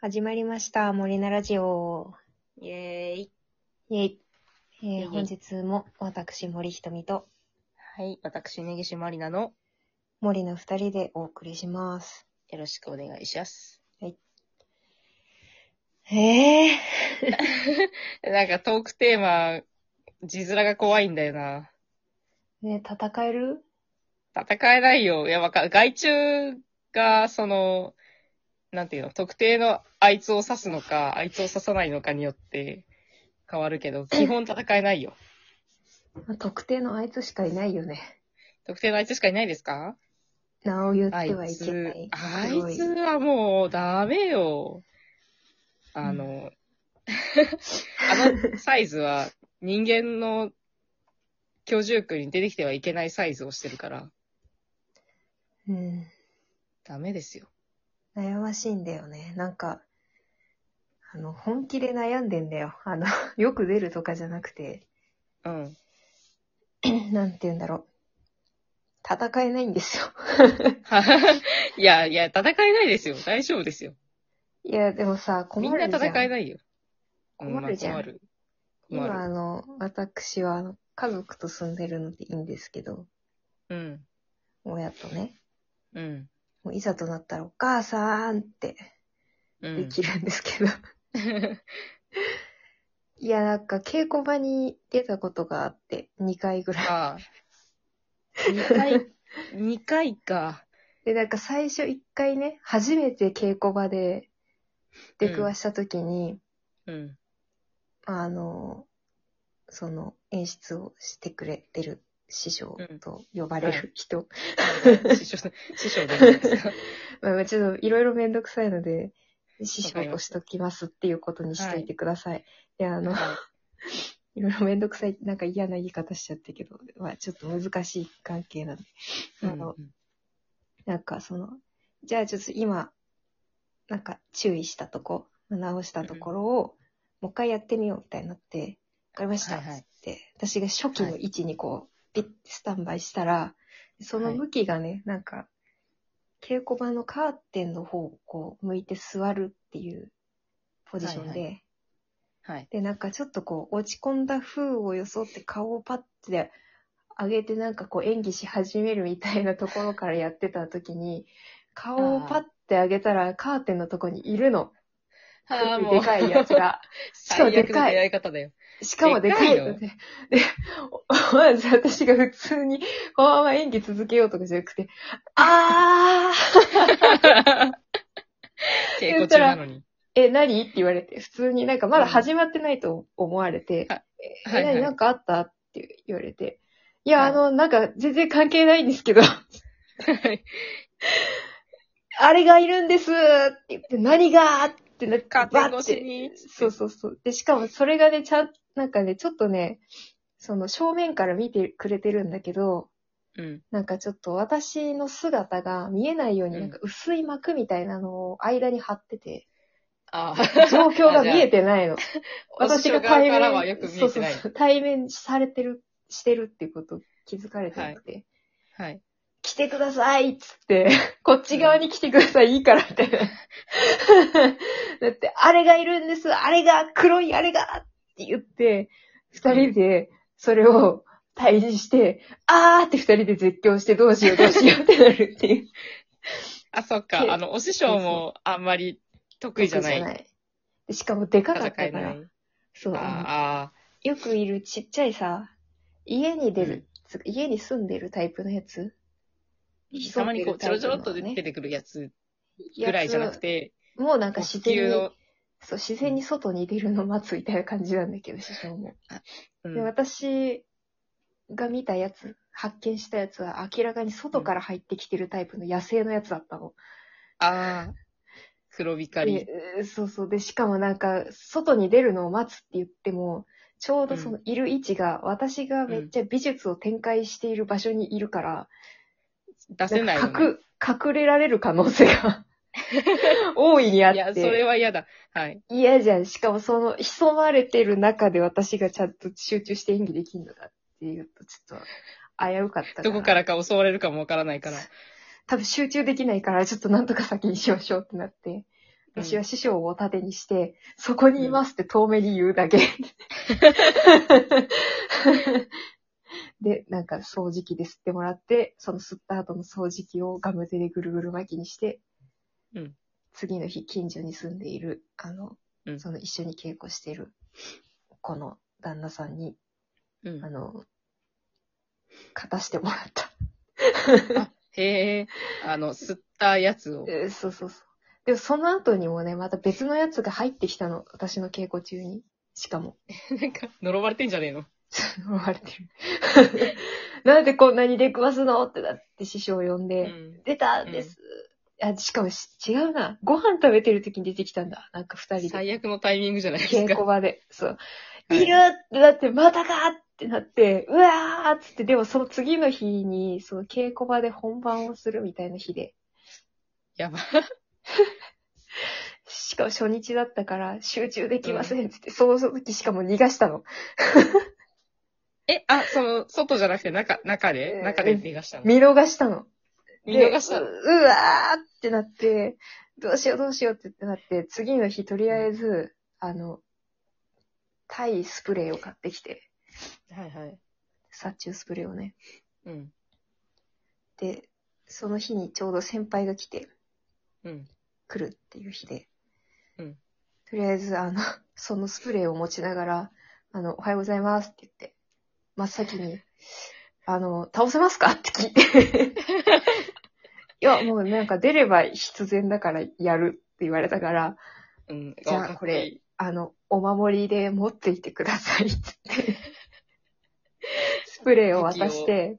始まりました。森菜ラジオ。イエーイ。イェイ。えーイェイ本日も私、森ひとみとはい。私、根岸まりなの、森の二人でお送りします。よろしくお願いします。ええなんかトークテーマ、字面が怖いんだよな。ね、戦える戦えないよ。いや、わか外注が、その、なんていうの、特定のあいつを刺すのか、あいつを刺さないのかによって変わるけど、基本戦えないよ。特定のあいつしかいないよね。特定のあいつしかいないですか名を言ってあいはいけなつい。、あ黒いつはもうダメよ。あの、うあのサイズは人間の居住区に出てきてはいけないサイズをしてるから、うん。ダメですよ。悩ましいんだよね。なんか、あの、本気で悩んでんだよ。あの、 よく出るとかじゃなくて、 うん。 なんて言うんだろう。戦えないんですよ。いや、いや、戦えないですよ。大丈夫ですよ。いや、でもさ、困みんるじゃ。なん戦えないよ。困るじゃんうまあ困る。困る今、あの、私は、あの、家族と住んでるのでいいんですけど、うん。親とね、うん。もういざとなったら、お母さんってうでん。きるんですけど。 いや、なんか、稽古場に出たことがあって、2回ぐらい。 ああ。二回、二回か。で、なんか最初1回ね、初めて稽古場で出くわした時に、うん。あの、その演出をしてくれてる師匠と呼ばれる人。師匠、師匠でいいですかまあまあちょっといろいろめんどくさいので、師匠としときますっていうことにしといてください。で、あの、 はいいろいろめんどくさい、なんか嫌な言い方しちゃったけど、まあちょっと難しい関係なんで、あの、なんかその、じゃあちょっと今、なんか注意したとこ、直したところを、もう一回やってみようみたいになって、わかりましたっはいはいつって、私が初期の位置にこう、ピッてスタンバイしたら、その向きがね、なんか、稽古場のカーテンの方をこう、向いて座るっていうポジションで、ははい。で、なんかちょっとこう、落ち込んだ風を装って顔をパッて上げてなんかこう演技し始めるみたいなところからやってた時に、顔をパッて上げたらカーテンのとこにいるの。ああ、もう。でかいやつ。が。しかも最で悪のかい出会い方だ よ。しかもでかいので。で、思わず私が普通に、このまま演技続けようとかじゃなくて、あー稽古中なのに。 え、何って言われて、普通になんかまだ始まってないと思われて、はえ、はいはい何なんかあったって言われて、いや、はいあの、なんか全然関係ないんですけど、はいあれがいるんですって言って、何がってなって、カーテバンッ。越してに。そうそうそう。で、しかもそれがね、ちゃん、なんかね、ちょっとね、その正面から見てくれてるんだけど、うん。なんかちょっと私の姿が見えないように、うんなんか薄い膜みたいなのを間に貼って て、ああ。 状況が見えてないの。私私がが対対面面からはよく見えてない。そうそうそう対面されてる、してるっていうことを気づかれてなくて、はい。来てくださいっつって、 こっち側に来てください、いいからみ たいな。だって、あれがいるんです、あれが、黒いあれがって言って、二人でそれを対峙して、あーって二人で絶叫してどうしようどうしようってなるっていう。あ、そっけか。あの、お師匠もあんまり得意じゃな僕い。でしかもでかかった戦かえならい。。そう。あよくいるちっちゃいさ、家に出る、つうか家に住んでるタイプのやつあ。たまにこう、ちょろちょろっと出るてくるやつぐらいじゃなくて、もうなんかこう自普然及にの、そう、自然に外に出るのを待つみたいな感じなんだけど、師匠も。うんで、私が見たやつ、発見したやつは明らかに外から入ってきてるタイプの野生のやつだったの。ああ。黒光りで。えーそうそう。で、しかもなんか、外に出るのを待つって言っても、ちょうどそのいる位置が、私がめっちゃ美術を展開している場所にいるから、出せないなよんね。か隠、隠れられる可能性が 大いにあっいて。や、それは嫌だ。はい。嫌じゃん。しかもその潜まれてる中で私がちゃんと集中して演技できるのだっていうと、ちょっと危うかった。どこかららか襲われるかもわからないから。多分集中できないから、ちょっとなんとか先にしましょうってなって。うん私は師匠を盾にして、そこにいますって遠目に言うだけ。 で、なんか掃除機で吸ってもらって、その吸った後の掃除機をガム手でぐるぐる巻きにして、うん次の日近所に住んでいる、あの、うんその一緒に稽古している、この旦那さんに、うんあの、勝たしてもらった。へえ、あの、吸ったやつを。えーそうそうそう。でもその後にもね、また別のやつが入ってきたの。私の稽古中に。しかも。なんか、呪われてんじゃねえの。呪われてる。 なんでこんなに出くわすのってだって師匠を呼んで、うん。出たんです。あ、しかもし違うな。ご飯食べてる時に出てきたんだ。なんか二人で。最悪のタイミングじゃないです稽か。古場で。そう。はいいるってなって、またかってなって、うわーっつって、でもその次の日に、その稽古場で本番をするみたいな日で、やば。しかも初日だったから、集中できませんっつって、その時しかも逃がしたの。 え、あ、その、外じゃなくて中、中でうん中で逃がしたの。見逃したの。見逃したでの。ううわーってなって、どうしようどうしようってなって、次の日とりあえず、あの、対スプレーを買ってきて、はいはい。殺虫スプレーをね。うん。で、その日にちょうど先輩が来て、うん。来るっていう日で、うんとりあえず、あの、 そのスプレーを持ちながら、あの、おはようございますって言って、真っ先に、あの、倒せますかって聞いて。 いや、もうなんか出れば必然だからやるって言われたから、うん。じゃあこれ。あの、お守りで持っていてくださいって言 って、スプレーを渡して、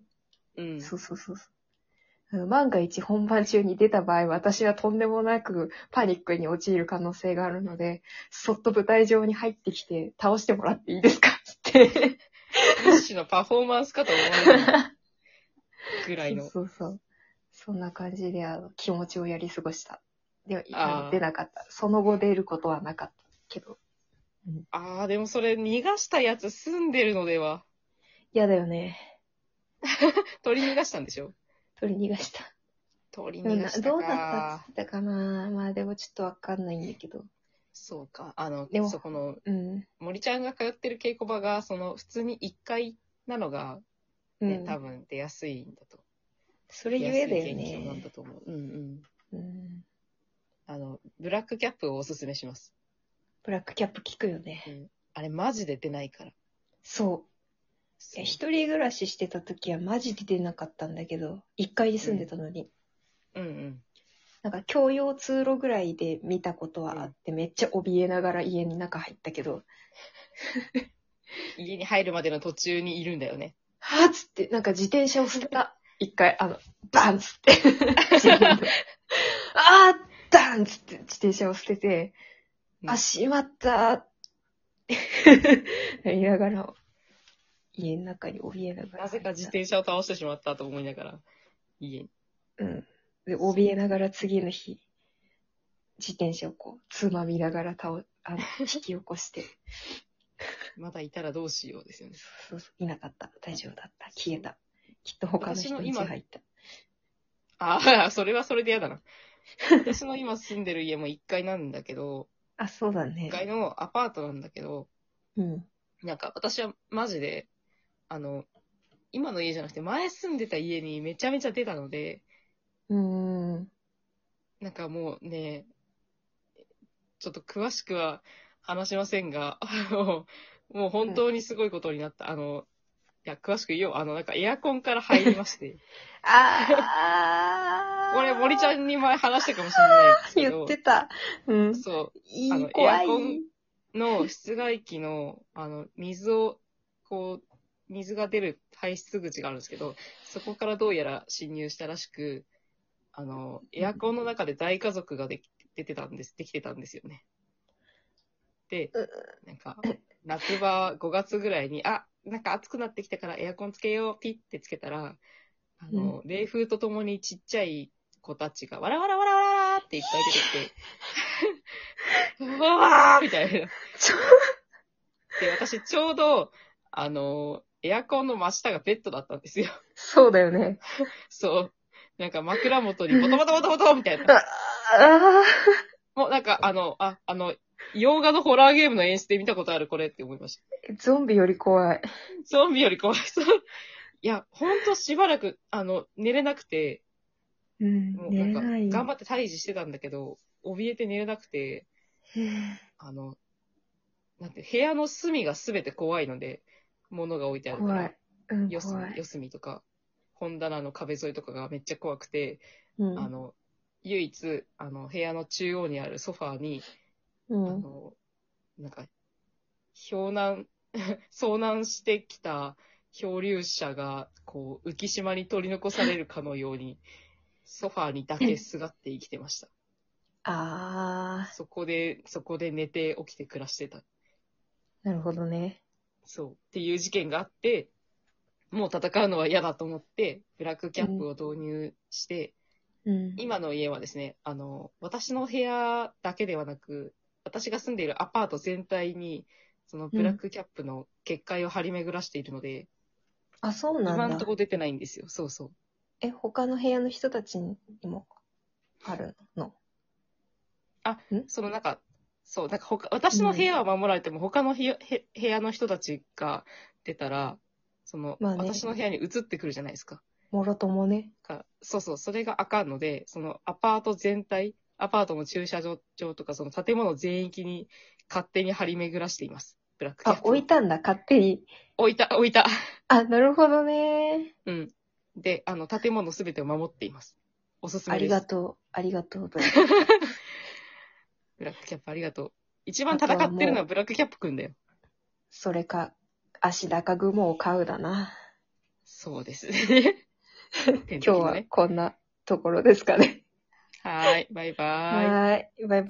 うん。そうそうそうそう。あの、万が一本番中に出た場合、私はとんでもなくパニックに陥る可能性があるので、そっと舞台上に入ってきて、倒してもらっていいですかって。一種のパフォーマンスかと思われる ぐらいの。そうそうそう。そんな感じで、あの、気持ちをやり過ごした。で、あーあの出なかった。その後出ることはなかったけど。ああ、でもそれ逃がしたやつ住んでるのでは。嫌だよね。鳥逃がしたんでしょ取り逃がした。鳥でも逃ながしたか。どうだったっつったかなまあでもちょっとわかんないんだけど。そうか。あので、もそこの、うん。森ちゃんが通ってる稽古場が、その、普通に1階なのが、うね、ん。多分出やすいんだと。それゆえだよね出やすい。現象なんだと思う。うんううん。ん。あの、ブラックキャップをおすすめします。ブラックキャップ効くよね。あれマジで出ないから。そう。いそうや一人暮らししてた時はマジで出なかったんだけど、一階に住んでたのに、うんうん。なんか共用通路ぐらいで見たことはあって、めっちゃ怯えながら家に中入ったけど、家に入るまでの途中にいるんだよね。はぁっつって、なんか自転車を捨てた。一回、あの、バンっつ って。自分であーダンっつって自転車を捨てて、うあ、んしまったーって言いながら、家の中に怯えながら。なぜか自転車を倒してしまったと思いながら、家に。うん。で、怯えながら次の日、自転車をこう、つまみながら倒、 あの、引き起こして、まだいたらどうしようですよね。そうそう、いなかった、大丈夫だった、消えた。きっと他の人に私の今入った。あ あ、それはそれで嫌 だな。私の今住んでる家も1階なんだけど、あ、そうだ1階ね。のアパートなんだけど、うん。なんか私はマジで、あの、今の家じゃなくて前住んでた家にめちゃめちゃ出たので、うー ん。なんかもうね、ちょっと詳しくは話しませんが、あの、もう本当にすごいことになった。あの、いや、詳しく言おう。あの、なんかエアコンから入りまして。 あー。俺、森ちゃんに前話したかもしれないですけ言どっ、てた。うん。そいあのい、怖エアい。コンう、の室外機の、あの、水を、こう、水が出る排出口があるんですけど、そこからどうやら侵入したらしく、あの、エアコンの中で大家族ができ出てたんです、できてたんですよね。で、うんなんか、夏場5月ぐらいに、あ、なんか暑くなってきたからエアコンつけよう、ピッてつけたら、あの、冷風とともにちっちゃい子たちが、わらわらわらわらわらっていっぱい出てきて、うわ ーみたいな。で、ちょ私ちょうど、あの、エアコンの真下がベッドだったんですよ。 そうだよね。そう。なんか枕元にボトボトボトボトみたいな。あー。もうなんか、あの、あ、あの、洋画のホラーゲームの演出で見たことあるこれって思いました。ゾンビより怖い。ゾンビより怖い。そういや、ほんとしばらく、あの、寝れなくて、うんもう寝なれんか、ない。頑張って退治してたんだけど、怯えて寝れなくて、へえあの、なんて、部屋の隅がすべて怖いので、物が置いてあるから。怖い。うん、四怖隅、い。四隅とか、本棚の壁沿いとかがめっちゃ怖くて、うんあの、唯一、あの、部屋の中央にあるソファーに、うあん。の、なんか、氷難、 遭難してきた漂流者が、こう、浮島に取り残されるかのように、ソファーにだけすがって生きて ました。あそこで、そこで寝て起きて暮らしてた。ー、なるほどね。そう。っていう事件があって、もう戦うのは嫌だと思って、ブラックキャップを導入して、うん。今の家はですね、あの、私の部屋だけではなく、私が住んでいるアパート全体に、そのブラックキャップの結界を張り巡らしているので、あ、そうな今んんだと。こ出てないんですよ。そうそう。え、他の部屋の人たちにもあるのそのなんか、そう、なんか他、私の部屋は守られても、他の部屋へ部屋の人たちが出たら、その、まあね私の部屋に移ってくるじゃないですか。もろともね。かそうそう、それがあかんので、そのアパート全体、アパートの駐車場とか、その建物全域に勝手に張り巡らしています。ブラックキャッあ、プを置いたんだ、勝手に。置いた、置いた。あ、なるほどね。うん。で、あの、建物すべてを守っています。おすすあめりでがす。とう、ありがとう と。ブラックキャップありがとう。一番戦ってるのはブラックキャップくんだよ。それか、足高雲を買うだな。そう です。今今日はこんなところですかね。は。はーい。バイバーイ。 はーい。バイバイ。